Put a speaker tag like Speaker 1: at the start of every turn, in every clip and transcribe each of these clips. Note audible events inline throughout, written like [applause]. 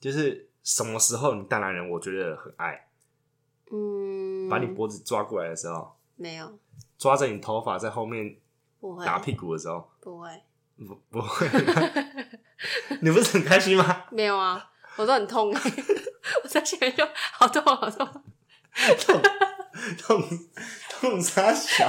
Speaker 1: 就是什么时候你大男人，我觉得很爱，
Speaker 2: 嗯，
Speaker 1: 把你脖子抓过来的时候，
Speaker 2: 没有，
Speaker 1: 抓着你头发在后面
Speaker 2: 不会
Speaker 1: 打屁股的时候，
Speaker 2: 不会，
Speaker 1: 不 [laughs] 不会，你不是很开心吗？ [laughs]
Speaker 2: 没有啊， [laughs] 我都很痛哎、我在前面就好痛好痛，
Speaker 1: 痛痛痛傻小。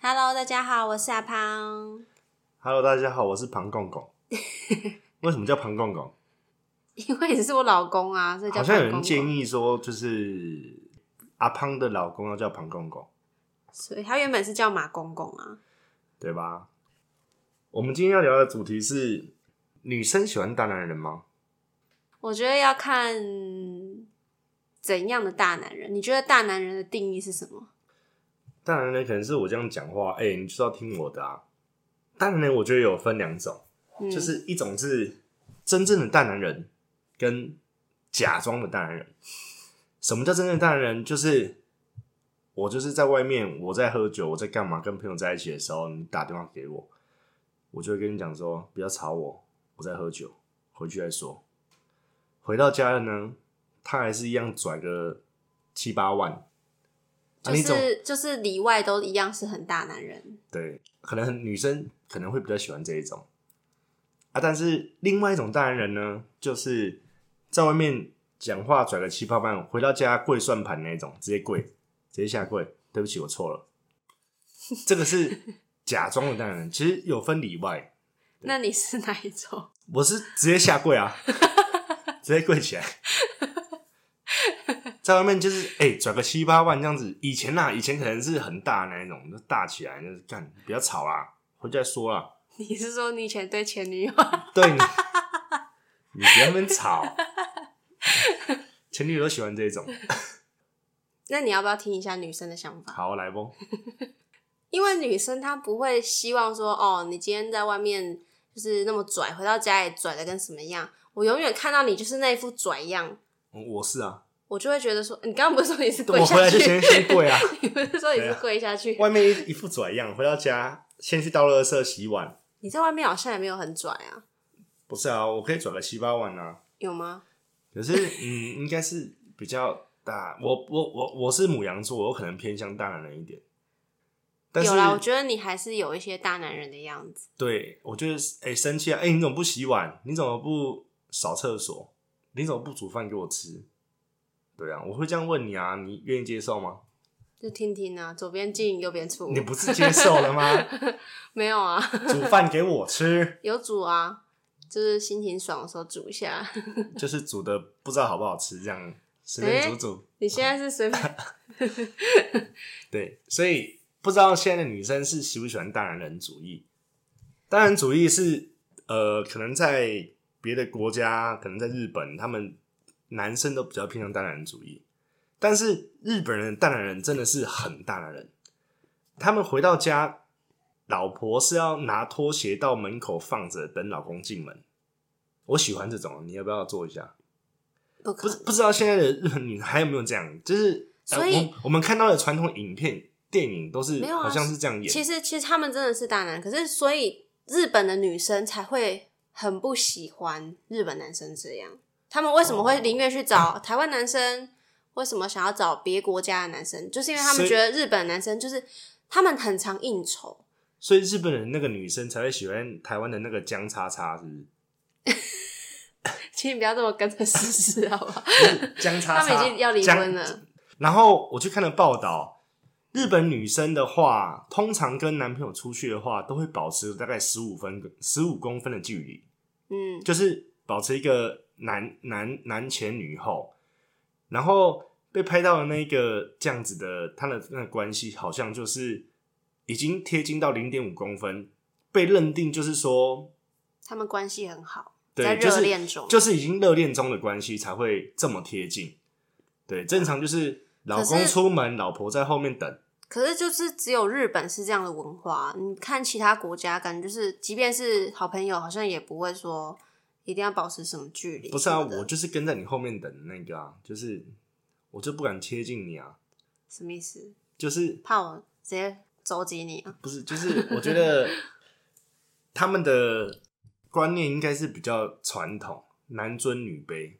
Speaker 2: Hello，大家好，我是阿胖，
Speaker 1: Hello，大家好，我是庞公公。为什么叫庞公公？
Speaker 2: 因为你是我老公啊，所以叫
Speaker 1: 好像有
Speaker 2: 胖
Speaker 1: 人
Speaker 2: 公公
Speaker 1: 建，议说，就是阿胖的老公要叫庞公公，
Speaker 2: 所以他原本是叫马公公啊。
Speaker 1: 对吧？我们今天要聊的主题是女生喜欢大男人吗？
Speaker 2: 我觉得要看怎样的大男人，你觉得大男人的定义是什么？
Speaker 1: 大男人可能是我这样讲话，哎、你就是要听我的啊。大男人我觉得有分两种，
Speaker 2: 嗯、
Speaker 1: 就是一种是真正的大男人，跟假装的大男人。什么叫真正的大男人？就是我就是在外面，我在喝酒，我在干嘛，跟朋友在一起的时候，你打电话给我，我就会跟你讲说，不要吵我，我在喝酒，回去再说。回到家了呢，他还是一样拽个七八万，啊，
Speaker 2: 就
Speaker 1: 你总
Speaker 2: 是就是里外都一样是很大男人，
Speaker 1: 对，可能女生可能会比较喜欢这一种啊。但是另外一种大男人呢，就是在外面讲话拽个七八万，回到家跪算盘那种，直接跪，直接下跪，对不起，我错了。这个是假装的大男人，其实有分里外，
Speaker 2: 那你是哪一种？
Speaker 1: 我是直接下跪
Speaker 2: [laughs]
Speaker 1: 啊，直接跪起来。在外面就是哎，转、个七八万这样子。以前呐、啊，以前可能是很大的那一种，就大起来就是干，不要吵啦，回去再说啦。
Speaker 2: 你是说你以前对前女友？ [laughs]
Speaker 1: 对你，你别那么吵。前女友都喜欢这种，
Speaker 2: 那你要不要听一下女生的想法？
Speaker 1: 好来不？
Speaker 2: 因为女生她不会希望说，哦，你今天在外面就是那么拽，回到家里拽的跟什么样？我永远看到你就是那一副拽样，
Speaker 1: 我是啊，
Speaker 2: 我就会觉得说，你刚刚不是说你是跪
Speaker 1: 我回
Speaker 2: 下
Speaker 1: 来就
Speaker 2: 去？
Speaker 1: 先先跪啊，
Speaker 2: [laughs] 你不是说你
Speaker 1: 对
Speaker 2: 是
Speaker 1: 啊
Speaker 2: 跪下去？
Speaker 1: 外面一一副拽样，回到家先去倒垃圾、洗碗。
Speaker 2: 你在外面好像也没有很拽啊，
Speaker 1: 不是啊，我可以转个七八万啊。
Speaker 2: 有吗？
Speaker 1: 可是，嗯，应该是比较大。我我我我是母羊座，我可能偏向大男人一点。但是
Speaker 2: 有啦，我觉得你还是有一些大男人的样子。
Speaker 1: 对，我觉得，哎、生气啊！哎、你怎么不洗碗？你怎么不扫厕所？你怎么不煮饭给我吃？对啊，我会这样问你啊，你愿意接受吗？
Speaker 2: 就听听啊，左边进右边出
Speaker 1: 你，不是接受了吗？
Speaker 2: [laughs] 没有啊， [laughs]
Speaker 1: 煮饭给我吃，
Speaker 2: 有煮啊，就是心情爽的时候煮一下。 [laughs]
Speaker 1: 就是煮的不知道好不好吃，这样随便煮煮。
Speaker 2: 你现在是随便，
Speaker 1: [laughs] 对，所以不知道现在的女生是喜不喜欢大男人主义？大男人主义是呃，可能在别的国家，可能在日本，他们男生都比较偏向大男人主义。但是日本人的大男人真的是很大男人，他们回到家，老婆是要拿拖鞋到门口放着，等老公进门。我喜欢这种，你要不要做一下？
Speaker 2: 不
Speaker 1: 不
Speaker 2: 可
Speaker 1: 是
Speaker 2: 能。
Speaker 1: 不知道现在的日本女还有没有这样，就是呃
Speaker 2: 所以
Speaker 1: 我们我们看到的传统影片、电影都是
Speaker 2: 没有啊
Speaker 1: 好像是这样演，
Speaker 2: 其实其实他们真的是大男，可是所以日本的女生才会很不喜欢日本男生这样。他们为什么
Speaker 1: 哦
Speaker 2: 会宁愿去找台湾男生？为什么想要找别国家的男生？就是因为他
Speaker 1: 所
Speaker 2: 们
Speaker 1: 以
Speaker 2: 觉得日本男生就是他们很常应酬。 [laughs]
Speaker 1: 所以日本人那个女生才会喜欢台湾的那个江叉叉，是不是？
Speaker 2: 请你不要这么跟着试试，好不好？ [laughs]
Speaker 1: 江叉
Speaker 2: 他
Speaker 1: 叉，
Speaker 2: 们已经要离
Speaker 1: 江
Speaker 2: 婚了。
Speaker 1: 然后我去看了报道，日本女生的话，通常跟男朋友出去的话，都会保持大概十五分十五公分的距离，
Speaker 2: 嗯，
Speaker 1: 就是保持一个男男男前女后，然后被拍到的那个这样子的，他的那个关系好像就是已经贴近到零点五公分，被认定就是说，
Speaker 2: 他们关系很好，在
Speaker 1: 对，就
Speaker 2: 热
Speaker 1: 是
Speaker 2: 恋中，
Speaker 1: 就是已经热恋中的关系才会这么贴近。对，正常就是老
Speaker 2: 可
Speaker 1: 公
Speaker 2: 是
Speaker 1: 出门，老婆在后面等。
Speaker 2: 可是就是只有日本是这样的文化，你看其他国家，感觉就是即便是好朋友，好像也不会说一定要保持什么距离什么的。
Speaker 1: 不是啊，我就是跟在你后面等的那个啊，就是我就不敢贴近你啊，
Speaker 2: 什么意思？
Speaker 1: 就是
Speaker 2: 怕我直接走击你啊？
Speaker 1: 不是就是我觉
Speaker 2: [laughs]
Speaker 1: 得他们的观念应该是比较传统，男尊女卑。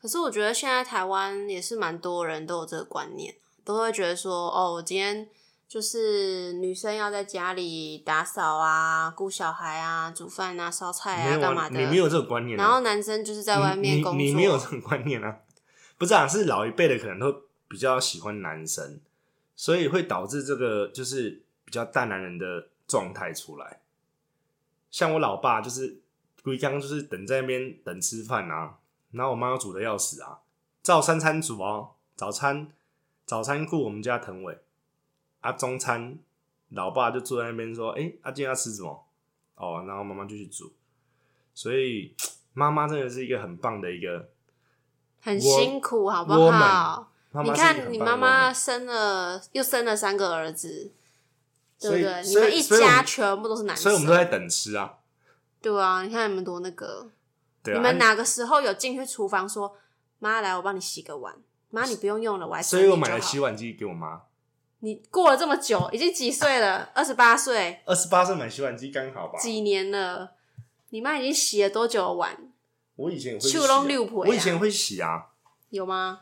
Speaker 2: 可是我觉得现在台湾也是蛮多人都有这个观念，都会觉得说，哦，我今天就是女生要在家里打扫啊、顾小孩啊、煮饭啊、烧菜
Speaker 1: 没
Speaker 2: 啊、
Speaker 1: 有
Speaker 2: 干嘛
Speaker 1: 啊，
Speaker 2: 的。
Speaker 1: 你没有这个观念、啊，
Speaker 2: 然后男生就是在外面工作。
Speaker 1: 你你你没有这种观念啊？不是啊，是老一辈的可能都比较喜欢男生，所以会导致这个就是比较大男人的状态出来。像我老爸就是归刚就是等在那边等吃饭啊，然后我妈煮的要死啊，照三餐煮哦，早餐早餐顾我们家藤伟，啊中餐老爸就坐在那边说，哎、啊今天要吃什么？哦，然后妈妈就去煮，所以妈妈真的是一个很棒的一个，
Speaker 2: 很
Speaker 1: 我
Speaker 2: 辛苦，好不
Speaker 1: 我
Speaker 2: 好
Speaker 1: 们？妈
Speaker 2: 你
Speaker 1: 妈是一个
Speaker 2: 看，
Speaker 1: 很
Speaker 2: 你
Speaker 1: 棒
Speaker 2: 妈
Speaker 1: 的
Speaker 2: 妈
Speaker 1: woman，
Speaker 2: 生了又生了三个儿子，对不
Speaker 1: 所以
Speaker 2: 对？你
Speaker 1: 所以
Speaker 2: 们一
Speaker 1: 所以我
Speaker 2: 家
Speaker 1: 们
Speaker 2: 全部都是男生，
Speaker 1: 所以我们都在等吃啊，
Speaker 2: 对啊。你看你们多那个，
Speaker 1: 对啊，
Speaker 2: 你们哪个时候有进去厨房说：“妈，来，我帮你洗个碗。”妈，你不用用了，我来整
Speaker 1: 所以
Speaker 2: 理就好。
Speaker 1: 我买了洗碗机给我妈，
Speaker 2: 你过了这么久，已经几岁了？二十八岁，
Speaker 1: 二十八岁买洗碗机刚好吧？
Speaker 2: 几年了？你妈已经洗了多久的碗？
Speaker 1: 我以前也会洗
Speaker 2: 手
Speaker 1: 啊
Speaker 2: 拢六，陪啊
Speaker 1: 我以前会洗啊，
Speaker 2: 有吗？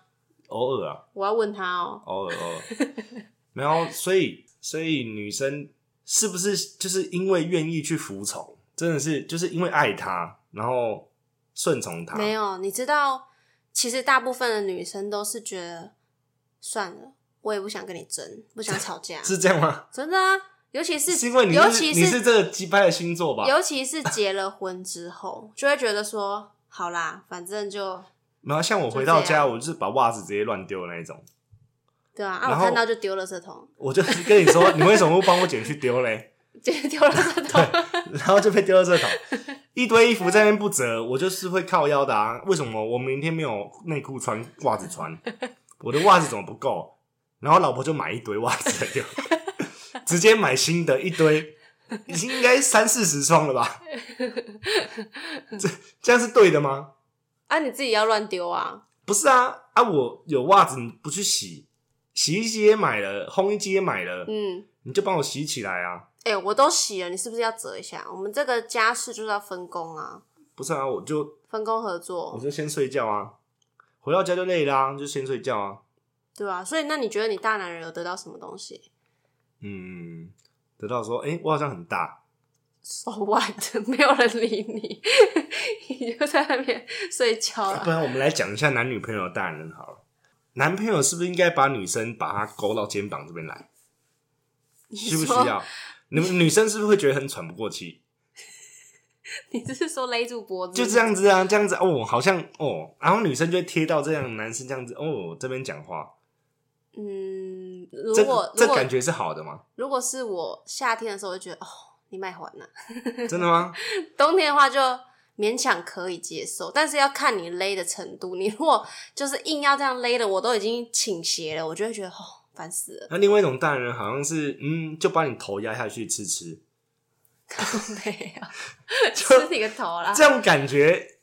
Speaker 1: 偶尔啊，
Speaker 2: 我要问她哦、
Speaker 1: 偶尔偶尔，然后所以所以女生是不是就是因为愿意去服从，真的是就是因为爱他，然后顺从他，
Speaker 2: 没有，你知道，其实大部分的女生都是觉得算了，我也不想跟你争，不想吵架，
Speaker 1: 是这样吗？
Speaker 2: 真的啊。尤其是
Speaker 1: 因为你
Speaker 2: 尤
Speaker 1: 是
Speaker 2: 其
Speaker 1: 你是这个鸡掰的星座吧？
Speaker 2: 尤其是结了婚之后，就会觉得说，好啦，反正就
Speaker 1: 然后啊像我回到
Speaker 2: 就这
Speaker 1: 家，
Speaker 2: 样
Speaker 1: 我就是把袜子直接乱丢的那一种。
Speaker 2: 对啊，啊，
Speaker 1: 然
Speaker 2: 我
Speaker 1: 后
Speaker 2: 看到就丢了这桶， [laughs]
Speaker 1: 我就是跟你说，你为什么不帮我捡去丢嘞？ [laughs]
Speaker 2: 就丢了这桶，
Speaker 1: 然后就被丢到这桶，一堆衣服在那边不折，我就是会靠腰的啊。为什么我明天没有内裤穿，袜子穿？我的袜子怎么不够？然后老婆就买一堆袜子来丢， [laughs] 直接买新的一堆，已经应该三四十双了吧？ [laughs] 这这样是对的吗？
Speaker 2: 啊，你自己要乱丢啊，
Speaker 1: 不是啊啊！我有袜子，你不去洗，洗衣机也买了，烘衣机也买了，
Speaker 2: 嗯，
Speaker 1: 你就帮我洗起来啊！
Speaker 2: 哎、我都洗了，你是不是要折一下？我们这个家事就是要分工啊，
Speaker 1: 不是啊，我就
Speaker 2: 分工合
Speaker 1: 我
Speaker 2: 作，
Speaker 1: 就先睡觉啊，回到家就累啦、就先睡觉啊。
Speaker 2: 对啊，所以那你觉得你大男人有得到什么东西
Speaker 1: 嗯，得到说，哎、我好像很大，
Speaker 2: ？So what？没 [laughs] 有人理你，你就在那边睡觉
Speaker 1: 啊不
Speaker 2: 了。
Speaker 1: 然我们来讲一下男女朋友的大人好了。男朋友是不是应该把女生把她勾到肩膀这边来？
Speaker 2: 你
Speaker 1: 需不需啊
Speaker 2: 说，
Speaker 1: 要？你们女生是不是会觉得很喘不过气？
Speaker 2: 你只是说勒住脖子，
Speaker 1: 就这样子啊，这样子哦，好像哦，然后女生就会贴到这样男生这样子哦这边讲话，
Speaker 2: 嗯，如
Speaker 1: 这
Speaker 2: 果
Speaker 1: 这
Speaker 2: 如果
Speaker 1: 感觉是好的吗？
Speaker 2: 如果是我夏天的时候，我就觉得哦，你卖完了；
Speaker 1: 真的
Speaker 2: [laughs]
Speaker 1: 吗？
Speaker 2: 冬天的话就勉强可以接受，但是要看你勒的程度。你如果就是硬要这样勒的，我都已经倾斜了，我就会觉得哦，烦死
Speaker 1: [laughs]
Speaker 2: 了。
Speaker 1: 那另外一种大人好像是，嗯，就把你头压下去吃吃，
Speaker 2: 没有，
Speaker 1: 就
Speaker 2: 吃你个头啦！
Speaker 1: 这种感觉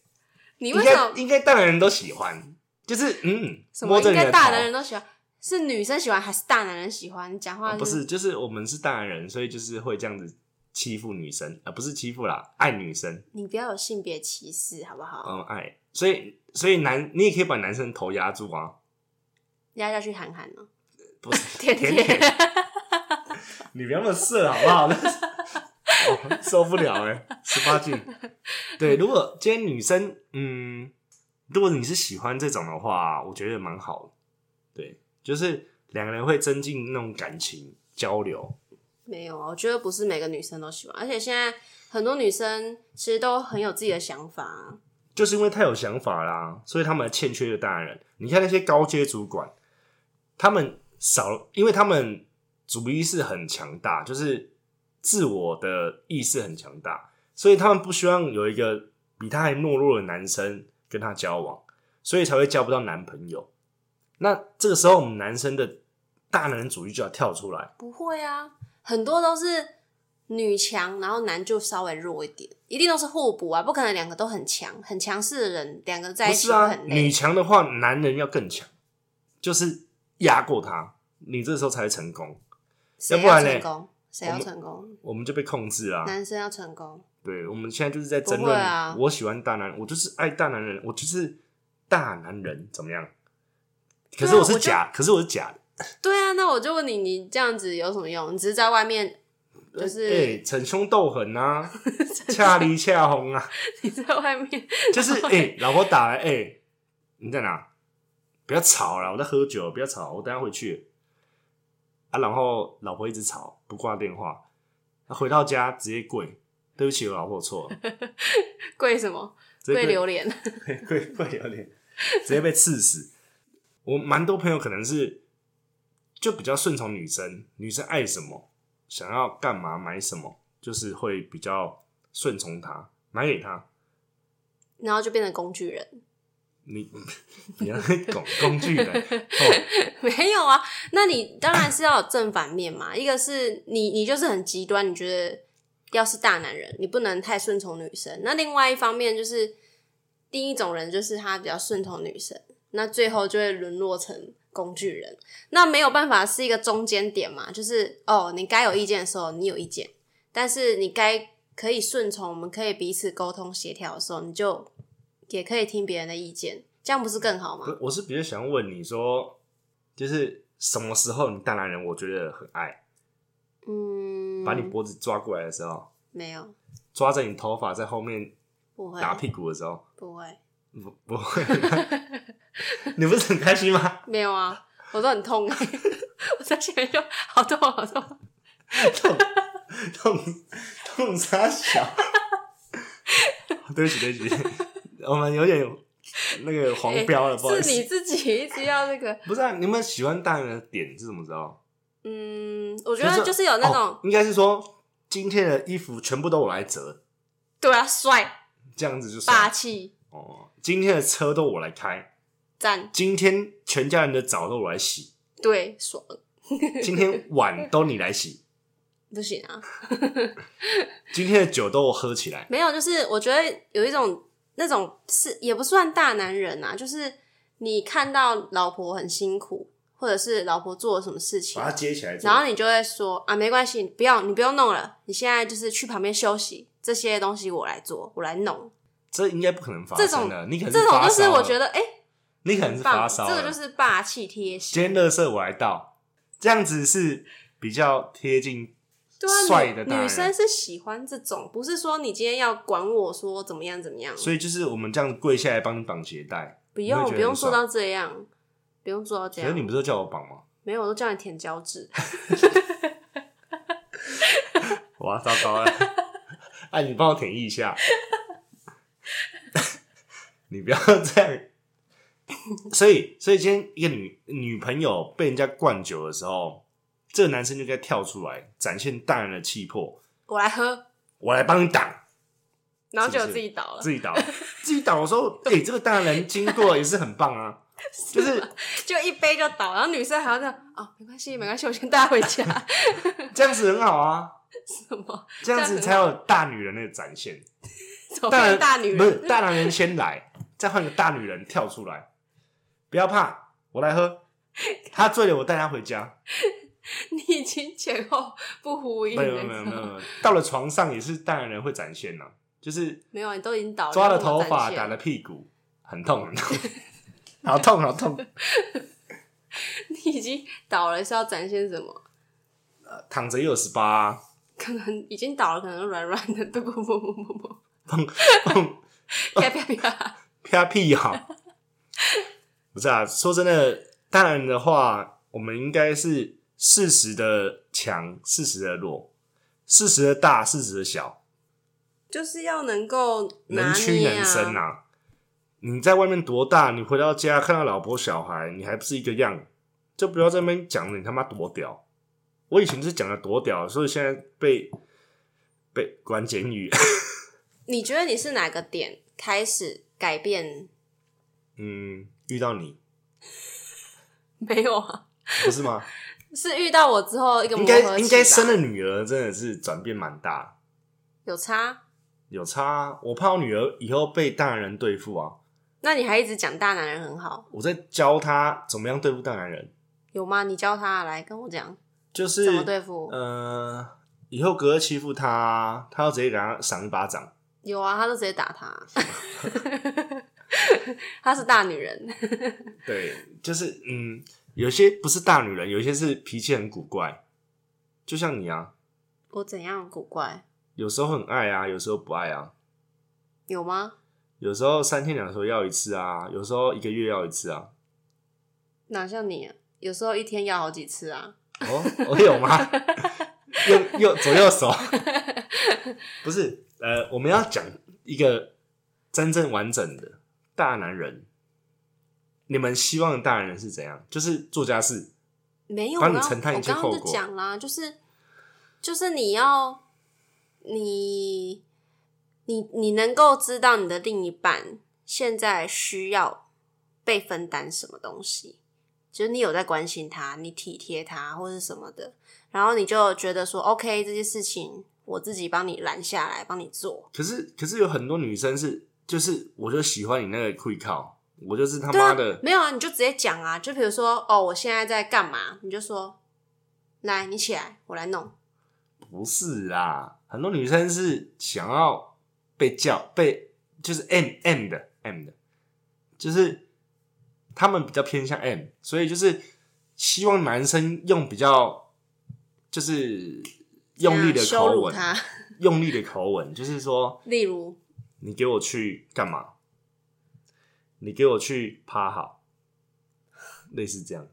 Speaker 2: 你
Speaker 1: 应
Speaker 2: 为什
Speaker 1: 该
Speaker 2: 么
Speaker 1: 应该大人都喜欢，就是嗯，
Speaker 2: 什么
Speaker 1: 摸着
Speaker 2: 应
Speaker 1: 你的头，
Speaker 2: 该大男人都喜欢？是女生喜欢还是大男人喜欢？你讲话、
Speaker 1: 啊不是，就是我们是大人，所以就是会这样子欺负女生，啊、不是欺负啦，爱女生，
Speaker 2: 你不要有性别歧视，好不好？
Speaker 1: 嗯，爱，所以所以男你也可以把男生头压住啊，
Speaker 2: 压下去喊喊哦，
Speaker 1: 不
Speaker 2: [laughs]
Speaker 1: 是
Speaker 2: 天
Speaker 1: 甜
Speaker 2: 天
Speaker 1: 甜，你不要那么色好不好？那是啊哦受不了哎、十八禁。对，如果今天女生，嗯，如果你是喜欢这种的话，我觉得蛮好的。对，就是两个人会增进那种感情交流。
Speaker 2: 没有啊，我觉得不是每个女生都喜欢，而且现在很多女生其实都很有自己的想法啊。
Speaker 1: 就是因为太有想法啦，所以他们欠缺的大人。你看那些高阶主管，他们少，因为他们主意识很强大，就是自我的意识很强大，所以他们不希望有一个比他还懦弱的男生跟他交往，所以才会交不到男朋友。那这个时候，我们男生的大男人主义就要跳出来。
Speaker 2: 不会啊，很多都是女强，然后男就稍微弱一点，一定都是互补啊，不可能两个都很强、很强势的人，两个在
Speaker 1: 不
Speaker 2: 一起
Speaker 1: 是
Speaker 2: 会
Speaker 1: 啊，
Speaker 2: 很累。
Speaker 1: 女强的话，男人要更强，就是压过他，你这时候才会成功。
Speaker 2: 谁
Speaker 1: 要不然嘞
Speaker 2: 成功？谁要
Speaker 1: 我们啊
Speaker 2: 成功？
Speaker 1: 我们就被控制啦。
Speaker 2: 男生要成功，
Speaker 1: 对，我们现在就是在争
Speaker 2: 不会
Speaker 1: 论，
Speaker 2: 啊
Speaker 1: 我喜欢大男人，我就是爱大男人，我就是大男人，怎么样？可
Speaker 2: 对啊
Speaker 1: 是我是
Speaker 2: 我就
Speaker 1: 假，可是我是假的，
Speaker 2: 对啊，那我就问你，你这样子有什么用？你只是在外面，就是、
Speaker 1: 哎、逞凶斗狠
Speaker 2: [laughs]
Speaker 1: 啊，恰离恰红啊，
Speaker 2: 你在外面， [laughs]
Speaker 1: 就是哎、老婆打来，哎、你在哪？不要吵了，我在喝酒，不要吵，我等下回去。啊，然后老婆一直吵，不挂电话，他回到家直接跪，对不起，我老婆我错
Speaker 2: [laughs]
Speaker 1: 了，
Speaker 2: 跪什么？
Speaker 1: 直接
Speaker 2: 跪榴莲？
Speaker 1: 会会有点直接被刺死。我蛮多朋友可能是就比较顺从女生，女生爱什么，想要干嘛买什么，就是会比较顺从她，买给她。
Speaker 2: [laughs] 然后就变成工具人？
Speaker 1: 你 [laughs] 你要工工具人，哦，
Speaker 2: [laughs] 没有啊，那你当然是要有正反面嘛。一个是你，你就是很极端，你觉得要是大男人，你不能太顺从女生。那另外一方面就是，第一种人就是他比较顺从女生，那最后就会沦落成工具人。那没有办法是一个中间点嘛，就是哦，你该有意见的时候你有意见，但是你该可以顺从，我们可以彼此沟通协调的时候，你就也可以听别人的意见，这样不是更好吗？
Speaker 1: 不我是比较想问你说，就是什么时候你大男人，我觉得很爱，
Speaker 2: 嗯，
Speaker 1: 把你脖子抓过来的时候，
Speaker 2: 没有，
Speaker 1: 抓着你头发在后面
Speaker 2: 不会，
Speaker 1: 打屁股的时候，
Speaker 2: 不会，
Speaker 1: 不不会吗， [laughs] 你不是很开心吗？
Speaker 2: 没有啊，我都很痛、 [laughs] 欸，我在前面就好痛好痛，
Speaker 1: 痛痛痛啥小？ [laughs] 对不起，对不起，我们有点那个黄标了，不好意
Speaker 2: 欸哎是你
Speaker 1: 思。
Speaker 2: 自己一直要那个，
Speaker 1: 不是啊，你们喜欢大人的点是怎么知道？
Speaker 2: 嗯，我
Speaker 1: 我
Speaker 2: 觉得就是有那种、
Speaker 1: 哦应该是说今天的衣服全部都我来折，
Speaker 2: 对啊，帅、
Speaker 1: 这样子就
Speaker 2: 霸
Speaker 1: 爽。
Speaker 2: 气、
Speaker 1: 哦，今天的车都我来开，
Speaker 2: 赞，
Speaker 1: 今天全家人的澡都我来洗，
Speaker 2: 对，爽，
Speaker 1: 今天碗都你来洗，
Speaker 2: 不行啊，
Speaker 1: 今天的酒都我喝起来。
Speaker 2: 没有，就是我觉得有一种那种是也不算大男人啊，就是你看到老婆很辛苦，或者是老婆做了什么事情，
Speaker 1: 把它接起来，
Speaker 2: 然后你就会说啊，没关系，你不要，你不用弄了，你现在就是去旁边休息，这些东西我来做，我来弄。
Speaker 1: 这应该不可能发
Speaker 2: 这
Speaker 1: 生
Speaker 2: 种
Speaker 1: 的。你可能
Speaker 2: 这种
Speaker 1: 发
Speaker 2: 就是
Speaker 1: 烧
Speaker 2: 我
Speaker 1: 了
Speaker 2: 觉得哎、
Speaker 1: 你可能是
Speaker 2: 很
Speaker 1: 发
Speaker 2: 棒，
Speaker 1: 烧
Speaker 2: 这
Speaker 1: 了，
Speaker 2: 个就是霸气贴
Speaker 1: 今
Speaker 2: 心。
Speaker 1: 天乐色我来倒，这样子是比较贴近
Speaker 2: 对啊，
Speaker 1: 帅的
Speaker 2: 女
Speaker 1: 大人
Speaker 2: 女生是喜欢这种，不是说你今天要管我说怎么样怎么样，
Speaker 1: 所以就是我们这样跪下来帮你绑鞋带，
Speaker 2: 不
Speaker 1: 你
Speaker 2: 用
Speaker 1: 会觉得
Speaker 2: 不用
Speaker 1: 很
Speaker 2: 做
Speaker 1: 爽
Speaker 2: 到这样，不用做到这
Speaker 1: 可是你
Speaker 2: 样。
Speaker 1: 不是叫我绑吗？
Speaker 2: 没有，我都叫你舔脚趾，
Speaker 1: 哇，糟糕啊了！ [laughs] 哎，你帮我舔一下， [laughs] 你不要这样。所以，所以今天一个女女朋友被人家灌酒的时候，这个男生就应该跳出来，展现大人的气魄，
Speaker 2: 我来喝，
Speaker 1: 我来帮你挡。
Speaker 2: 然后
Speaker 1: 是不
Speaker 2: 就是自己倒了，
Speaker 1: 自己倒，自己倒的时候，哎、这个大人经过也是很棒啊，就是
Speaker 2: 就一杯就倒，然后女生还要这样哦，没关系没关系，我先带回家， [laughs]
Speaker 1: 这样子很好啊，
Speaker 2: 什么
Speaker 1: 这样子才有大女人的展现。
Speaker 2: 怎么
Speaker 1: 大
Speaker 2: 变
Speaker 1: 人
Speaker 2: 大女
Speaker 1: 不是
Speaker 2: 人？
Speaker 1: 大男人先来，再换个大女人跳出来，不要怕，我来喝。他醉了，我带他回家。
Speaker 2: [laughs] 你已经前后不呼应
Speaker 1: 没
Speaker 2: 了，
Speaker 1: 有没有没有没有，没有到了床上也是大男人会展现呐、就是
Speaker 2: 没有，你都已经倒了，
Speaker 1: 抓了
Speaker 2: 你怎么
Speaker 1: 头发，
Speaker 2: 哦展现
Speaker 1: 打了屁股，很痛很痛，好痛好痛。
Speaker 2: [laughs] 你已经倒了，是要展现什么？
Speaker 1: 躺着也有十八、啊，
Speaker 2: 可能已经倒了，可能软软的，不不不不不不， [laughs] 啪啪啪，
Speaker 1: [laughs] 啪屁哈、不是啊，说真的，大人的话，我们应该是适时的强，适时的弱，适时的大，适时的小，
Speaker 2: 就是要能够
Speaker 1: 能
Speaker 2: 拿
Speaker 1: 屈
Speaker 2: 捏
Speaker 1: 能伸
Speaker 2: 啊。
Speaker 1: 啊。你在外面多大，你回到家看到老婆小孩，你还不是一个样？就不要在那边讲你他妈多屌。我以前是讲的多屌，所以现在被被关监狱。
Speaker 2: 你觉得你是哪个点开始改变？
Speaker 1: [laughs] 嗯，遇到你
Speaker 2: 没有啊，
Speaker 1: 不是吗？
Speaker 2: 是遇到我之后一个
Speaker 1: 应
Speaker 2: 磨
Speaker 1: 该
Speaker 2: 合期
Speaker 1: 应该
Speaker 2: 吧
Speaker 1: 生了女儿，真的是转变蛮大的。
Speaker 2: 有差。
Speaker 1: 有差、啊，我怕我女儿以后被大男人对付啊！
Speaker 2: 那你还一直讲大男人很好，
Speaker 1: 我在教她怎么样对付大男人，
Speaker 2: 有吗？你教他来跟我讲
Speaker 1: 就是
Speaker 2: 怎么对付？
Speaker 1: 呃，以后哥哥欺负她，她要直接给他赏一巴掌。
Speaker 2: 有啊，他就直接打他。她是大女人， [laughs]
Speaker 1: 对，就是嗯，有些不是大女人，有一些是脾气很古怪，就像你啊，
Speaker 2: 我怎样古怪？
Speaker 1: 有时候很爱啊，有时候不爱啊，
Speaker 2: 有吗？
Speaker 1: 有时候三天两头要一次啊，有时候一个月要一次啊。
Speaker 2: 哪像你、啊，有时候一天要好几次啊。
Speaker 1: 哦，我有吗？
Speaker 2: [laughs]
Speaker 1: 右右左右手，不是，呃，我们要讲一个真正完整的大男人。你们希望的大男人是怎样？就是做家事，
Speaker 2: 没有，我
Speaker 1: 帮你
Speaker 2: 刚
Speaker 1: 承担一切
Speaker 2: 我刚
Speaker 1: 后
Speaker 2: 刚
Speaker 1: 果
Speaker 2: 就讲啦，就是就是你要你你你能够知道你的另一半现在需要被分担什么东西，就是你有在关心他，你体贴他或是什么的，然后你就觉得说，OK，这些事情我自己帮你拦下来，帮你做。
Speaker 1: 可是可是有很多女生是，就是我就喜欢你那个 quick call，我就是他
Speaker 2: 对啊
Speaker 1: 妈的，，
Speaker 2: 没有啊，你就直接讲啊，就比如说，哦，我现在在干嘛，你就说，来，你起来，我来弄。
Speaker 1: 不是啦。很多女生是想要被叫被，就是 M M 的 M 的，就是他们比较偏向 M，所以就是希望男生用比较就是用力的
Speaker 2: 羞
Speaker 1: 口
Speaker 2: 辱
Speaker 1: 吻，
Speaker 2: 他。
Speaker 1: 用力的口吻，就是说
Speaker 2: 例如，
Speaker 1: 你给我去干嘛？你给我去趴好，类似这样。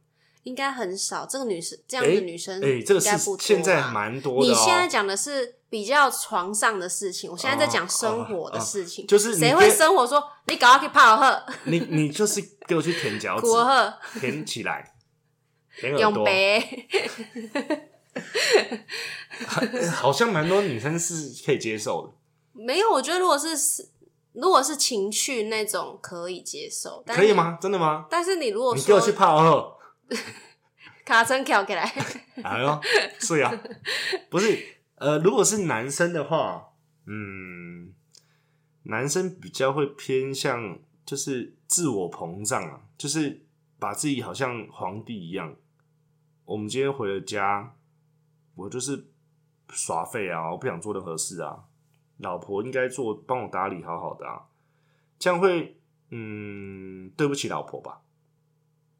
Speaker 2: 应该很少这个女生这
Speaker 1: 这
Speaker 2: 样的女生，
Speaker 1: 哎、这个
Speaker 2: 应该
Speaker 1: 是
Speaker 2: 不多吧
Speaker 1: 现在蛮多的、哦。啊
Speaker 2: 你现在讲的是比较床上的事情，我现在在讲生活的事情，
Speaker 1: 哦哦哦就是你哦
Speaker 2: 谁
Speaker 1: 别
Speaker 2: 会生活说你搞要去泡喝、
Speaker 1: 你你就是给我去舔
Speaker 2: [laughs]
Speaker 1: 脚趾，
Speaker 2: 国喝、
Speaker 1: 舔起来，舔耳
Speaker 2: 永
Speaker 1: 朵，
Speaker 2: 白，
Speaker 1: 好像蛮多女生是可以接受的。
Speaker 2: [laughs] 没有，我觉得如果是如果是情趣那种可以接受，但是
Speaker 1: 可以？吗？真的吗？
Speaker 2: 但是你如果
Speaker 1: 你给我
Speaker 2: 说
Speaker 1: 去泡后，
Speaker 2: 卡层挑起来， [laughs]
Speaker 1: 哎呦，是呀、不是，呃，如果是男生的话，嗯，男生比较会偏向就是自我膨胀啊，就是把自己好像皇帝一样。我们今天回了家，我就是耍废啊，我不想做任何事啊，老婆应该做帮我打理好好的啊，这样会嗯对不起老婆吧。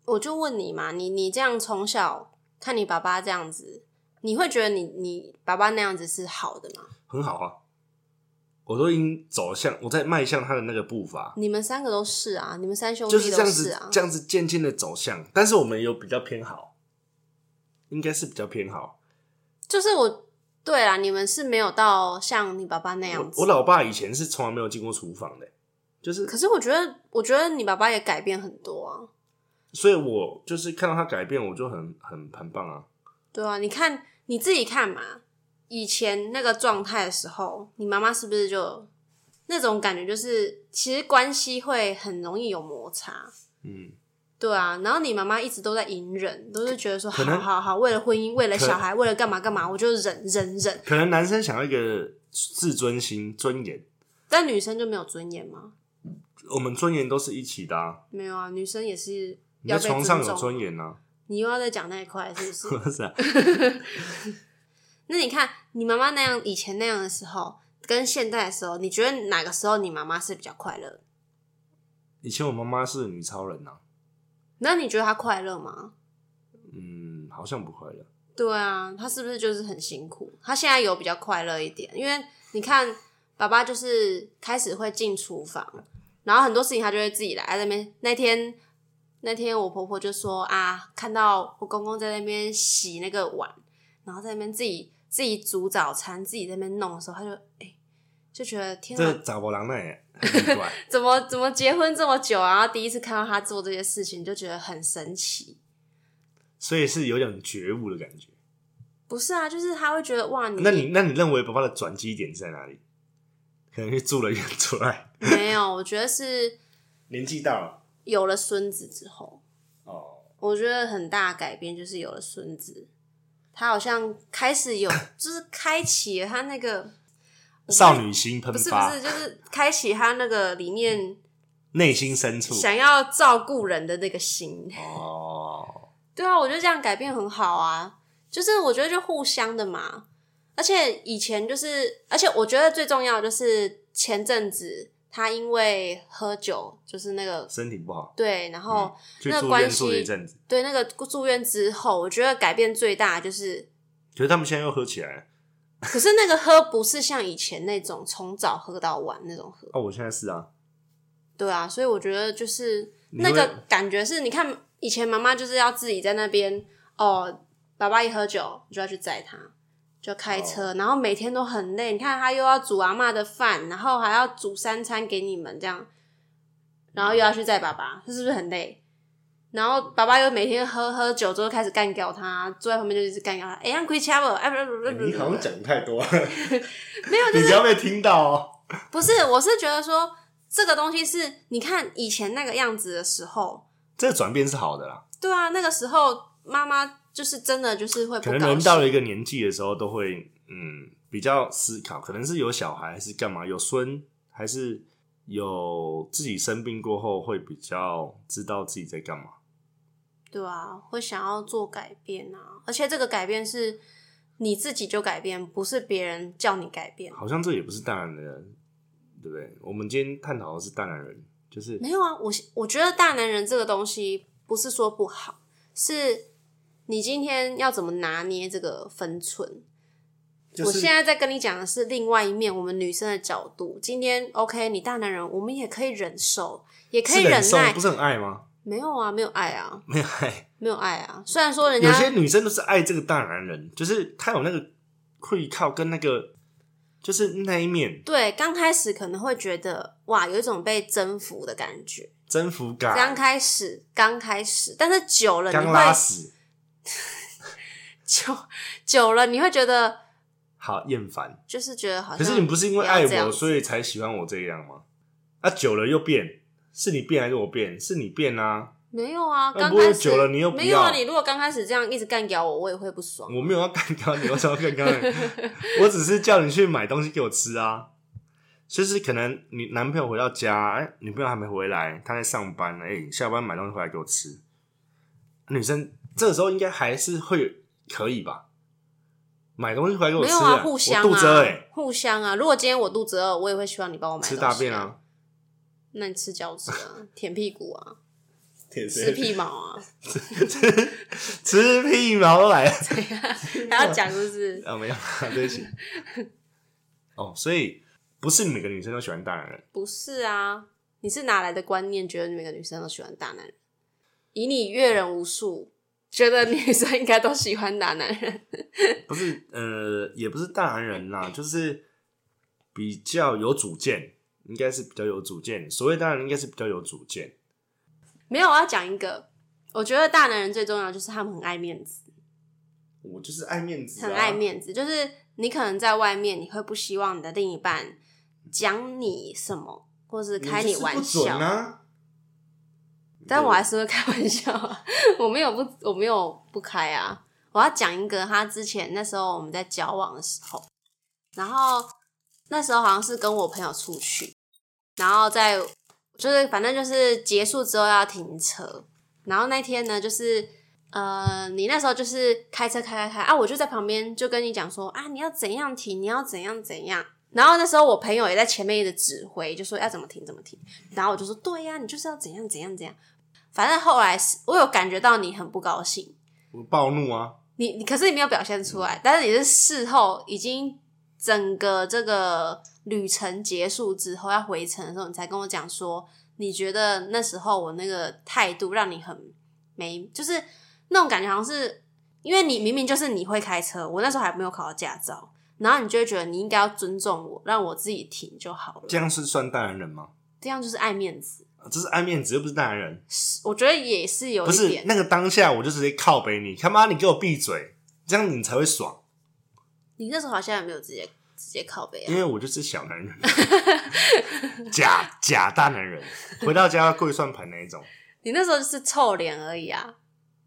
Speaker 2: 我就问你嘛，你你这样从小看你爸爸这样子，你会觉得你你爸爸那样子是好的吗？
Speaker 1: 很好啊，我都已经走向，我在迈向他的那个步伐，
Speaker 2: 你们三个都是啊，你们三兄弟
Speaker 1: 就
Speaker 2: 都
Speaker 1: 是
Speaker 2: 是
Speaker 1: 这样子，
Speaker 2: 啊。
Speaker 1: 这样子渐渐的走向。但是我们有比较偏好，应该是比较偏好。
Speaker 2: 就是我，对啊，你们是没有到像你爸爸那样
Speaker 1: 我
Speaker 2: 子。
Speaker 1: 我老爸以前是从来没有进过厨房的、就是
Speaker 2: 可，是我觉得，我觉得你爸爸也改变很多啊。
Speaker 1: 所以我就是看到他改变，我就很很很棒啊。
Speaker 2: 对啊，你看你自己看嘛，以前那个状态的时候，你妈妈是不是就那种感觉，就是其实关系会很容易有摩擦。
Speaker 1: 嗯，
Speaker 2: 对啊，然后你妈妈一直都在隐忍，都是觉得说
Speaker 1: 可
Speaker 2: 好
Speaker 1: 能
Speaker 2: 好好，为了婚姻，为了
Speaker 1: 可
Speaker 2: 小孩，为了干嘛干嘛，我就忍忍忍。
Speaker 1: 可能男生想要一个自尊心、尊严，
Speaker 2: 但女生就没有尊严吗？
Speaker 1: 我们尊严都是一起的啊。
Speaker 2: 没有啊，女生也是
Speaker 1: 你
Speaker 2: 要
Speaker 1: 在
Speaker 2: 被
Speaker 1: 床上
Speaker 2: 尊
Speaker 1: 有
Speaker 2: 重
Speaker 1: 尊严啊， [laughs]
Speaker 2: 你又要再讲那一块，是不是？ [laughs]
Speaker 1: 不是啊？
Speaker 2: 那你看你妈妈那样以前那样的时候，跟现在的时候，你觉得哪个时候你妈妈是比较快乐？
Speaker 1: 以前我妈妈是女超人啊，
Speaker 2: 那你觉得她快乐吗？
Speaker 1: 嗯，好像不快乐。
Speaker 2: 对啊，她是不是就是很辛苦？她现在有比较快乐一点，因为你看爸爸就是开始会进厨房，然后很多事情他就会自己来在那边。那天那天我婆婆就说啊，看到我公公在那边洗那个碗，然后在那边自己自己煮早餐，自己在那边弄的时候，她就哎、就觉得天
Speaker 1: 这
Speaker 2: 啊，
Speaker 1: 找不郎那也很奇怪。
Speaker 2: 怎么怎么结婚这么久啊，然后第一次看到她做这些事情，就觉得很神奇。
Speaker 1: 所以是有点觉悟的感觉。 [laughs]
Speaker 2: 不是啊，就是她会觉得哇，你
Speaker 1: 那你那你认为爸爸的转机点是在哪里？可能是住了院出来，
Speaker 2: 没有，我觉得是
Speaker 1: 年纪到了
Speaker 2: 有了孙子之后，
Speaker 1: 哦，
Speaker 2: 我觉得很大的改变就是有了孙子，他好像开始有，就是开启了他那个
Speaker 1: 少女心喷
Speaker 2: 不是
Speaker 1: 发
Speaker 2: 不，是，就是开启他那个里面
Speaker 1: 内心深处
Speaker 2: 想要照顾人的那个心。
Speaker 1: 哦，
Speaker 2: 对啊，我觉得这样改变很好啊，就是我觉得就互相的嘛。而且以前就是，而且我觉得最重要的就是前阵子他因为喝酒，就是那个
Speaker 1: 身体不好嗯
Speaker 2: 对，然后、
Speaker 1: 去
Speaker 2: 哦那
Speaker 1: 住
Speaker 2: 关
Speaker 1: 院
Speaker 2: 系
Speaker 1: 住了一阵子，
Speaker 2: 对那个住院之后，我觉得改变最大就是，
Speaker 1: 可是他们现在又合起来了。
Speaker 2: 可是那个喝不是像以前那种从早喝到晚那种喝，
Speaker 1: 哦，我现在是啊，
Speaker 2: 对啊，所以我觉得就是
Speaker 1: 你会
Speaker 2: 那个感觉是，你看以前妈妈就是要自己在那边哦，爸爸一喝酒你就要去载他，就开
Speaker 1: 哦
Speaker 2: 车，然后每天都很累。你看他又要煮阿嬷的饭，然后还要煮三餐给你们这样，然后又要去载爸爸，这是不是很累？然后爸爸又每天喝喝酒之后开始干掉他，坐在旁边就一直干掉他。哎、让亏掐不？哎，不不不不，
Speaker 1: 你好像讲太多，
Speaker 2: [laughs] 没有，
Speaker 1: 你不要被听到哦。
Speaker 2: 不是，我是觉得说这个东西是，你看以前那个样子的时候，
Speaker 1: 这个转变是好的啦，
Speaker 2: 对啊，那个时候妈妈就是真的就是会不
Speaker 1: 可能
Speaker 2: 高
Speaker 1: 人到
Speaker 2: 兴，
Speaker 1: 了一个年纪的时候，都会嗯比较思考，可能是有小孩还是干嘛，有孙还是有自己生病过后，会比较知道自己在干嘛。
Speaker 2: 对啊，会想要做改变啊，而且这个改变是你自己就改变，不是别人叫你改变。
Speaker 1: 好像这也不是大男人，对不对？我们今天探讨的是大男人，就是
Speaker 2: 没有啊，我我觉得大男人这个东西不是说不好，是你今天要怎么拿捏这个分寸。
Speaker 1: 就是
Speaker 2: 我现在在跟你讲的是另外一面，我们女生的角度。今天 OK，你大男人，我们也可以忍受，也可以
Speaker 1: 是忍受
Speaker 2: 耐
Speaker 1: 不。是很爱吗？ [laughs]
Speaker 2: 没有啊，没有爱啊，
Speaker 1: 没有爱，
Speaker 2: 没有爱啊。虽然说人家
Speaker 1: 有些女生都是爱这个大男人，就是他有那个会靠跟那个，就是那一面
Speaker 2: 对刚开始可能会觉得哇，有一种被征服的感觉。
Speaker 1: 征服
Speaker 2: 刚
Speaker 1: 感，
Speaker 2: 开始，刚开始，但是久了你
Speaker 1: 啊刚拉
Speaker 2: 会
Speaker 1: 屎，
Speaker 2: 久久了，你会觉得
Speaker 1: 好厌烦。
Speaker 2: 就是觉得好像。
Speaker 1: 可是你不是因为爱
Speaker 2: 不要这样
Speaker 1: 我，
Speaker 2: 子
Speaker 1: 所以才喜欢我这样吗？啊，久了又变，是你变还是我变？是你变啊，
Speaker 2: 没有啊，
Speaker 1: 那
Speaker 2: 刚
Speaker 1: 不会
Speaker 2: 开始
Speaker 1: 久了你又不
Speaker 2: 没有啊。
Speaker 1: 要
Speaker 2: 你如果刚开始这样一直干掉我，我也会不爽。
Speaker 1: 我没有要干掉你，我想要干掉
Speaker 2: [laughs]
Speaker 1: 你，我只是叫你去买东西给我吃啊。就是可能你男朋友回到家，哎、女朋友还没回来，她在上班，哎、下班买东西回来给我吃。女生这时候应该还是会可以吧？买东西回来给我
Speaker 2: 没
Speaker 1: 吃、欸
Speaker 2: 有啊，互相啊，
Speaker 1: 我肚子饿、哎，
Speaker 2: 互相啊。如果今天我肚子饿，我也会希望你帮我买、
Speaker 1: 吃大便，啊，
Speaker 2: 那你吃脚趾
Speaker 1: [laughs]
Speaker 2: 啊，舔屁股啊，
Speaker 1: 舔
Speaker 2: 吃屁毛
Speaker 1: [laughs]
Speaker 2: 啊，
Speaker 1: 吃屁毛都来了。
Speaker 2: 还要讲是不是？
Speaker 1: 啊，没有， [laughs] 对不起。哦，所以不是每个女生都喜欢大男人。
Speaker 2: 不是啊，你是哪来的观念，觉得每个女生都喜欢大男人？以你阅人无数，觉得女生应该都喜欢大男人。 [laughs]
Speaker 1: 不是呃，也不是大男人啦，就是比较有主见，应该是比较有主见。所谓大男人，应该是比较有主见。
Speaker 2: 没有，我要讲一个，我觉得大男人最重要的就是他们很爱面子，
Speaker 1: 我就是啊爱面子、
Speaker 2: 很爱。面子。就是你可能在外面，你会不希望你的另一半讲你什么，或是开你玩笑。
Speaker 1: 啊！
Speaker 2: 但我还是会开玩笑 [laughs] 啊，我没有不，我没有不开啊。我要讲一个，他之前那时候我们在交往的时候，然后那时候好像是跟我朋友出去，然后在就是反正就是结束之后要停车，然后那天呢就是。呃，你那时候就是开车开开开啊，我就在旁边就跟你讲说啊，你要怎样停，你要怎样怎样。然后那时候我朋友也在前面一直指挥，就说要怎么停怎么停。然后我就说对呀、你就是要怎样怎样怎样。反正后来是我有感觉到你很不高兴，
Speaker 1: 我暴怒啊！
Speaker 2: 你你可是你没有表现出来，但是你是事后已经整个这个旅程结束之后要回程的时候，你才跟我讲说你觉得那时候我那个态度让你很没，就是那种感觉，好像是因为你明明就是你会开车，我那时候还没有考到驾照，然后你就会觉得你应该要尊重我，让我自己停就好了。
Speaker 1: 这样是算大男人吗？
Speaker 2: 这样就是爱面子，
Speaker 1: 这是爱面子，又不是大男人。
Speaker 2: 我觉得也是有
Speaker 1: 不
Speaker 2: 一
Speaker 1: 是
Speaker 2: 点。
Speaker 1: 那个当下，我就直接靠北你，他妈你给我闭嘴，这样你才会爽。
Speaker 2: 你那时候好像也没有直接直接靠背啊
Speaker 1: 因。为我就是小男人， [laughs] 假假大男人，回到家要跪算盘那一种。
Speaker 2: 你那时候就是臭脸而已啊，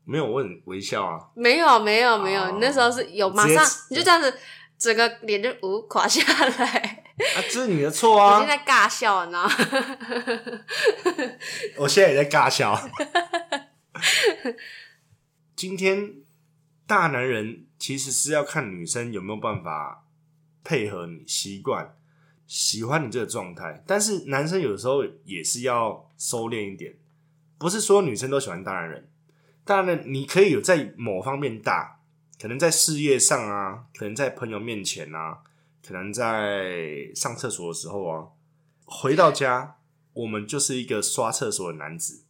Speaker 1: 没有，我很微笑啊。
Speaker 2: 没有没有没有，
Speaker 1: 哦
Speaker 2: 你那时候是有马
Speaker 1: 直接
Speaker 2: 上你就这样子，整个脸就无、呃垮下来，
Speaker 1: 啊，这是你的错
Speaker 2: 我
Speaker 1: 啊
Speaker 2: 现！在尬笑，你知道吗？
Speaker 1: [laughs] 我现在也在尬
Speaker 2: [laughs]
Speaker 1: 笑。今天大男人其实是要看女生有没有办法配合你、习惯、喜欢你这个状态，但是男生有时候也是要收敛一点，不是说女生都喜欢大男人。当然，你可以有在某方面大，可能在事业上啊，可能在朋友面前啊，可能在上厕所的时候啊，回到家，我们就是一个刷厕所的男子，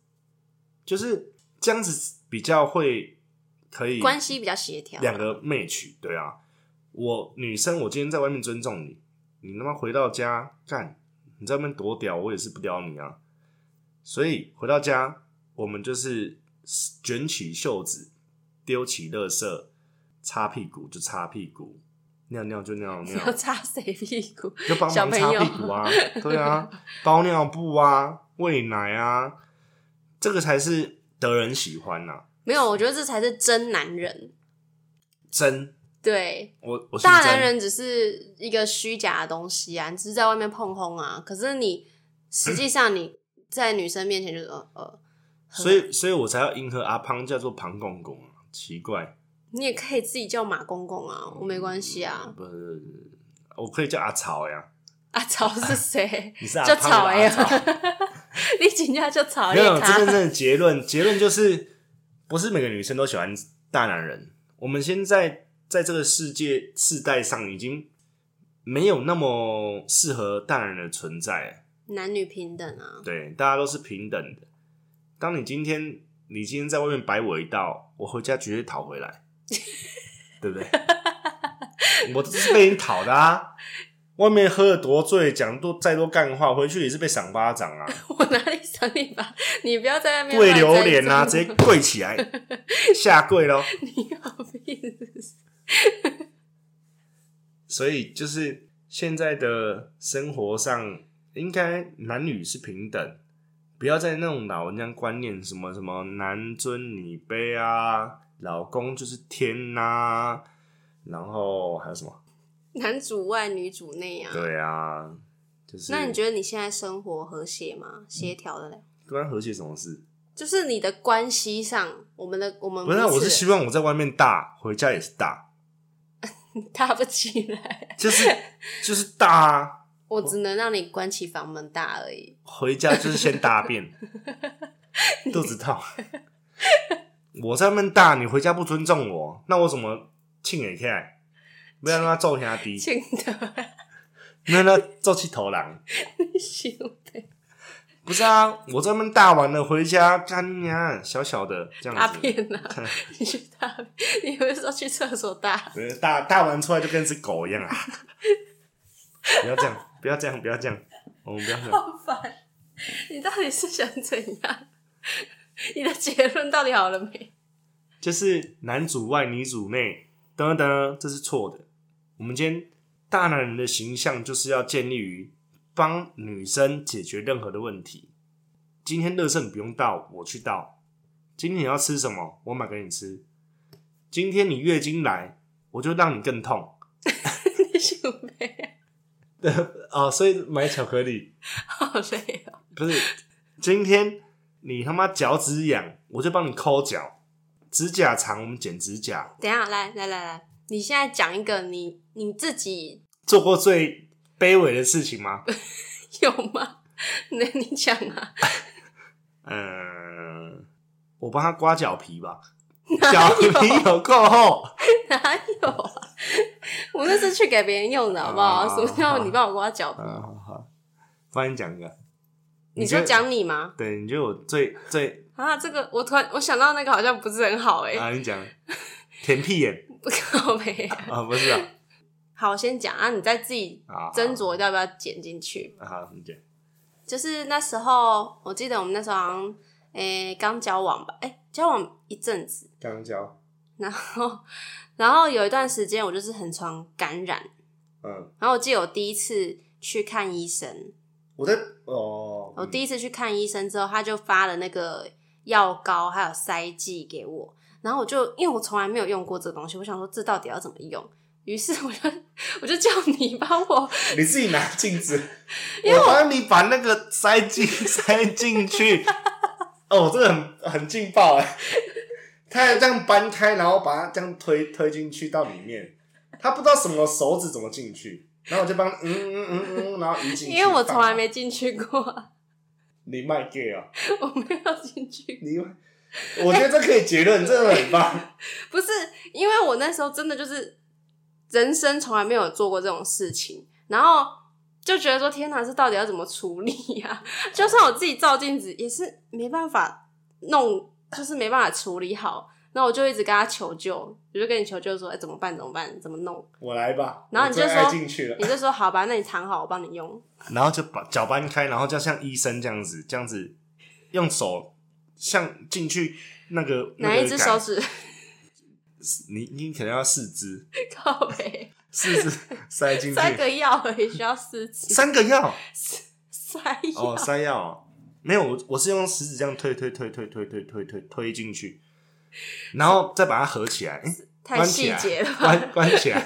Speaker 1: 就是这样子比较会可以
Speaker 2: 关系比较协调，
Speaker 1: 两个 match，对啊，我女生我今天在外面尊重你，你他妈回到家干，你在外面多屌，我也是不屌你啊。所以回到家，我们就是卷起袖子，丢起垃圾，擦屁股就擦屁股，尿尿就尿
Speaker 2: 你
Speaker 1: 尿，
Speaker 2: [laughs] 要擦谁屁股？
Speaker 1: 就帮忙擦屁股啊，对啊，包尿布啊，喂奶啊，这个才是得人喜欢啊呐、
Speaker 2: 没有，我觉得这才是真男人。
Speaker 1: 真，
Speaker 2: 对，
Speaker 1: 我我是
Speaker 2: 大
Speaker 1: 真
Speaker 2: 男人只是一个虚假的东西啊，你只是在外面碰轰啊。可是你实际上你在女生面前就是呃呃，
Speaker 1: 所以，所以我才要迎合阿胖，叫做庞公公啊，奇怪，
Speaker 2: 你也可以自己叫马公公啊，我没关系啊。
Speaker 1: 不是，我可以叫阿草呀，
Speaker 2: 阿草是谁？
Speaker 1: 你是阿
Speaker 2: 就
Speaker 1: 胖
Speaker 2: 草
Speaker 1: 还
Speaker 2: 哎
Speaker 1: 是
Speaker 2: [laughs]
Speaker 1: 阿草，
Speaker 2: 你请假就草
Speaker 1: 没
Speaker 2: 叶
Speaker 1: 有，这
Speaker 2: 他
Speaker 1: 真。正的结论，结论就是，不是每个女生都喜欢大男人。我们现在在这个世界世代上，已经没有那么适合大男人的存在了。
Speaker 2: 男女平等啊，
Speaker 1: 对，大家都是平等的。当你今天你今天在外面摆我一道，我回家绝对讨回来，对不对？我这是被你讨的啊！外面喝的多醉，讲多再多干话，回去也是被赏巴掌啊，
Speaker 2: [laughs] 我哪里想你吧？你不要在那边
Speaker 1: 跪
Speaker 2: 乱
Speaker 1: 榴
Speaker 2: 栽
Speaker 1: 莲啊，
Speaker 2: 赃
Speaker 1: 直接跪起来，下跪咯。
Speaker 2: [laughs] 你有病是不是
Speaker 1: 所以就是现在的生活上，应该男女是平等，不要再那种老人家观念，什么什么男尊女卑啊，老公就是天呐、然后还有什么？
Speaker 2: 男主外女主内啊。
Speaker 1: 对啊，就是
Speaker 2: 那你觉得你现在生活和谐吗？协调的嘞，
Speaker 1: 得跟他和谐什么事？
Speaker 2: 就是你的关系上，我们的我们
Speaker 1: 不是啊，
Speaker 2: 彼
Speaker 1: 我是
Speaker 2: 此
Speaker 1: 希望我在外面大，回家也是大，
Speaker 2: 搭不起来，
Speaker 1: 就是
Speaker 2: [laughs]
Speaker 1: 就是大啊，
Speaker 2: 我只能让你关起房门大而已。
Speaker 1: 回家就是先大
Speaker 2: [laughs]
Speaker 1: 便，肚子痛。我在那边大，你回家不尊重我，那我怎么庆也起来？不要让他揍下低，
Speaker 2: 亲的，
Speaker 1: 不要让他揍起头狼。
Speaker 2: 行呗，
Speaker 1: 不是啊，我在那边大完了回家，干你娘小小的这
Speaker 2: 大
Speaker 1: 样子，
Speaker 2: 便啊！
Speaker 1: [laughs]
Speaker 2: 你去大便，你不是说去厕所大？
Speaker 1: 对大大完出来就跟只狗一样啊！不要这样，不要这样，不要这样，我们不要这样。
Speaker 2: 好烦！你到底是想怎样？你的结论到底好了没？ [laughs]
Speaker 1: 就是男主外女主内，等等，这是错的。我们今天大男人的形象就是要建立于帮女生解决任何的问题。今天热你不用倒，我去倒。今天你要吃什么，我买给你吃。今天你月经来，我就让你更痛。
Speaker 2: 你行呗，
Speaker 1: 啊、所以买巧克力
Speaker 2: 好累哦。
Speaker 1: 不是。今天你他妈脚趾痒，我就帮你抠脚。指甲长，我们剪指甲。
Speaker 2: 等一下，来来来来，你现在讲一个你你自己
Speaker 1: 做过最卑微的事情吗？
Speaker 2: 有吗？那你讲啊，
Speaker 1: 嗯，我帮他刮脚皮吧，
Speaker 2: 哪
Speaker 1: 脚
Speaker 2: 有
Speaker 1: 皮有够厚，
Speaker 2: 哪有啊？我那是去给别人用的好不好？
Speaker 1: 啊
Speaker 2: 什么叫你帮我刮脚皮？
Speaker 1: 嗯，好好，帮你讲一个，
Speaker 2: 你
Speaker 1: 觉
Speaker 2: 说
Speaker 1: 得
Speaker 2: 讲你吗？
Speaker 1: 对，你觉得我最最
Speaker 2: 啊，这个我突然我想到那个好像不是很好哎、欸，
Speaker 1: 啊，你讲舔屁眼
Speaker 2: 靠背。
Speaker 1: 啊，不是啊，
Speaker 2: [laughs] 好，我先讲啊，你再自己
Speaker 1: 啊，
Speaker 2: 斟酌要不要剪进去。
Speaker 1: 啊，好，你讲
Speaker 2: 就是那时候，我记得我们那时候好像诶刚、交往吧，诶、交往一阵子，
Speaker 1: 刚交，
Speaker 2: 然后 [laughs] 然后有一段时间我就是很常感染，
Speaker 1: 嗯，
Speaker 2: 然后我记得我第一次去看医生，
Speaker 1: 我在哦，
Speaker 2: 我第一次去看医生之后，他就发了那个药膏还有塞剂给我，然后我就因为我从来没有用过这个东西，我想说这到底要怎么用，于是我就 [laughs] 我就叫你帮我， [laughs]
Speaker 1: 你自己拿镜子，我帮你把那个塞进 [laughs] 塞进去。哦，这个很很劲爆哎！他还这样搬开，然后把它这样推推进去到里面，他不知道什么手指怎么进去，然后我就帮嗯嗯嗯嗯，然后移进去。
Speaker 2: 因为我
Speaker 1: 放
Speaker 2: 从来没进去过 [laughs] 啊，
Speaker 1: 你卖 gay 啊、
Speaker 2: 我没有进去过
Speaker 1: 你我觉得这可以结论，真的很
Speaker 2: [laughs]
Speaker 1: 棒。
Speaker 2: 不是，因为我那时候真的就是人生从来没有做过这种事情，然后就觉得说天哪，这到底要怎么处理呀、 [laughs] 就算我自己照镜子，也是没办法弄，就是没办法处理好。然后我就一直跟他求救，我就跟你求救说，哎、怎么办？怎么办？怎么弄？
Speaker 1: 我来吧，
Speaker 2: 然后你就
Speaker 1: 我最爱
Speaker 2: 说
Speaker 1: 进去了，
Speaker 2: 你就说好吧，那你躺好，我帮你用。
Speaker 1: 然后就把脚搬开，然后就像医生这样子，这样子用手像进去那个
Speaker 2: 哪一只手？指？ [laughs]
Speaker 1: 那个杆你你可能要四肢， [laughs]
Speaker 2: 靠背，
Speaker 1: 四肢塞进去，
Speaker 2: 塞个药而已，需要四次
Speaker 1: 三个药
Speaker 2: [laughs] 塞药。
Speaker 1: 哦，塞药哦没有，我我是用食指这样推推推推推推推推推进去，然后再把它合起来，诶
Speaker 2: 太
Speaker 1: 关起
Speaker 2: 细
Speaker 1: 来
Speaker 2: 节了吧？
Speaker 1: 关关起
Speaker 2: [laughs]
Speaker 1: 来。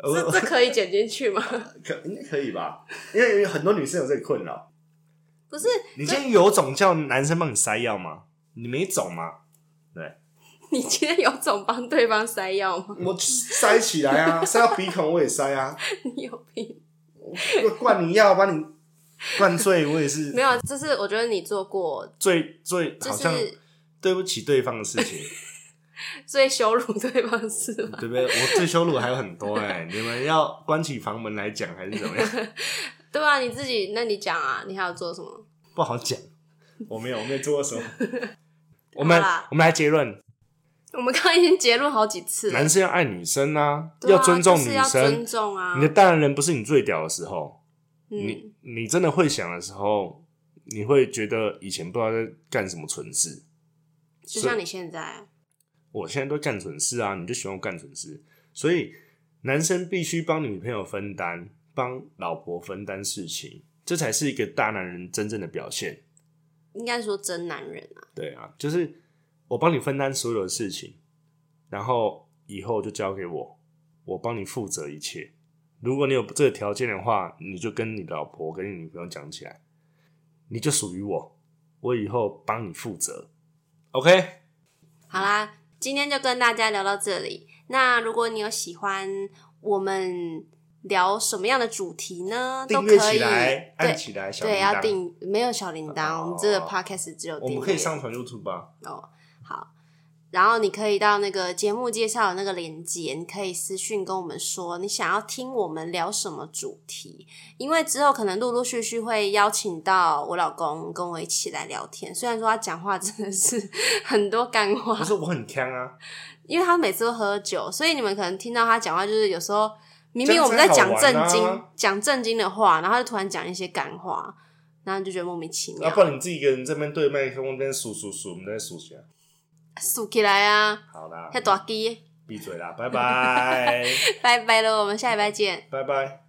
Speaker 2: 这
Speaker 1: 我
Speaker 2: 这可以剪进去吗？ [laughs]
Speaker 1: 可应该可以吧？因为有很多女生有这个困扰。
Speaker 2: 不是，
Speaker 1: 你今天有种叫男生帮你塞药吗？你没种吗？
Speaker 2: [laughs] 你今天有种帮对方塞药吗？ [laughs]
Speaker 1: 我就是塞起来啊，塞到鼻孔我也塞啊，
Speaker 2: 你有病？
Speaker 1: 我灌你药把你灌醉我也是
Speaker 2: 没有，啊这是我觉得你做过
Speaker 1: 最最
Speaker 2: 就
Speaker 1: 好像
Speaker 2: 是
Speaker 1: 对不起对方的事
Speaker 2: [laughs]
Speaker 1: 情，
Speaker 2: 最羞辱对方的事吧？
Speaker 1: 对不对？我最羞辱还有很多哎、你们要关起房门来讲还是怎么
Speaker 2: [laughs]
Speaker 1: 样？
Speaker 2: 对啊，你自己，那你讲啊，你还有做什么？
Speaker 1: 不好讲，我没有，我没有做过
Speaker 2: [laughs]
Speaker 1: 什么。我们
Speaker 2: 好啦
Speaker 1: 我们来结论，
Speaker 2: 我们刚刚已经结论好几次了，
Speaker 1: 男生要爱女生啊，
Speaker 2: 对啊
Speaker 1: 尊重
Speaker 2: 就是
Speaker 1: 女
Speaker 2: 要
Speaker 1: 生
Speaker 2: 尊。重啊
Speaker 1: 你。的大男人不是你最屌的时候，
Speaker 2: 嗯，
Speaker 1: 你你真的会想的时候，你会觉得以前不知道在干什么蠢事。
Speaker 2: 就像你现在，啊
Speaker 1: 我现在都干蠢事啊，你就喜欢我干蠢事，所以男生必须帮女朋友分担，帮老婆分担事情，这才是一个大男人真正的表现。
Speaker 2: 应该说真男人啊，
Speaker 1: 对啊，就是我帮你分担所有的事情，然后以后就交给我，我帮你负责一切。如果你有这个条件的话，你就跟你老婆、跟你女朋友讲起来，你就属于我，我以后帮你负责。OK，
Speaker 2: 好啦，今天就跟大家聊到这里。那如果你有喜欢我们聊什么样的主题呢，都
Speaker 1: 订阅
Speaker 2: 可
Speaker 1: 起
Speaker 2: 以
Speaker 1: 来，
Speaker 2: 对
Speaker 1: 按起来，小
Speaker 2: 对，
Speaker 1: 铃
Speaker 2: 要
Speaker 1: 铛。
Speaker 2: 订没有小铃铛，
Speaker 1: 哦
Speaker 2: 我们这个 podcast 只有
Speaker 1: 我
Speaker 2: 订阅。
Speaker 1: 们可以上传 YouTube 吧？
Speaker 2: 哦，好。然后你可以到那个节目介绍的那个链接，你可以私讯跟我们说你想要听我们聊什么主题，因为之后可能陆陆续续会邀请到我老公跟我一起来聊天。虽然说他讲话真的是 [laughs] 很多干话
Speaker 1: [laughs] 不，是我很强啊，
Speaker 2: 因为他每次都喝酒，所以你们可能听到他讲话就是有时候明明
Speaker 1: 这样
Speaker 2: 我们在
Speaker 1: 才好
Speaker 2: 讲
Speaker 1: 玩
Speaker 2: 正
Speaker 1: 啊
Speaker 2: 经、讲正经的话，然后他就突然讲一些干话，然后你就觉得莫名其
Speaker 1: 要
Speaker 2: 妙。
Speaker 1: 啊不然你自己一个人这边对麦克风这边数数数，我们再数起来。
Speaker 2: 竖起来啊，
Speaker 1: 好啦
Speaker 2: 遐，大鸡，
Speaker 1: 闭嘴啦，拜拜， [laughs]
Speaker 2: 拜拜了，我们下礼拜见。
Speaker 1: 拜拜。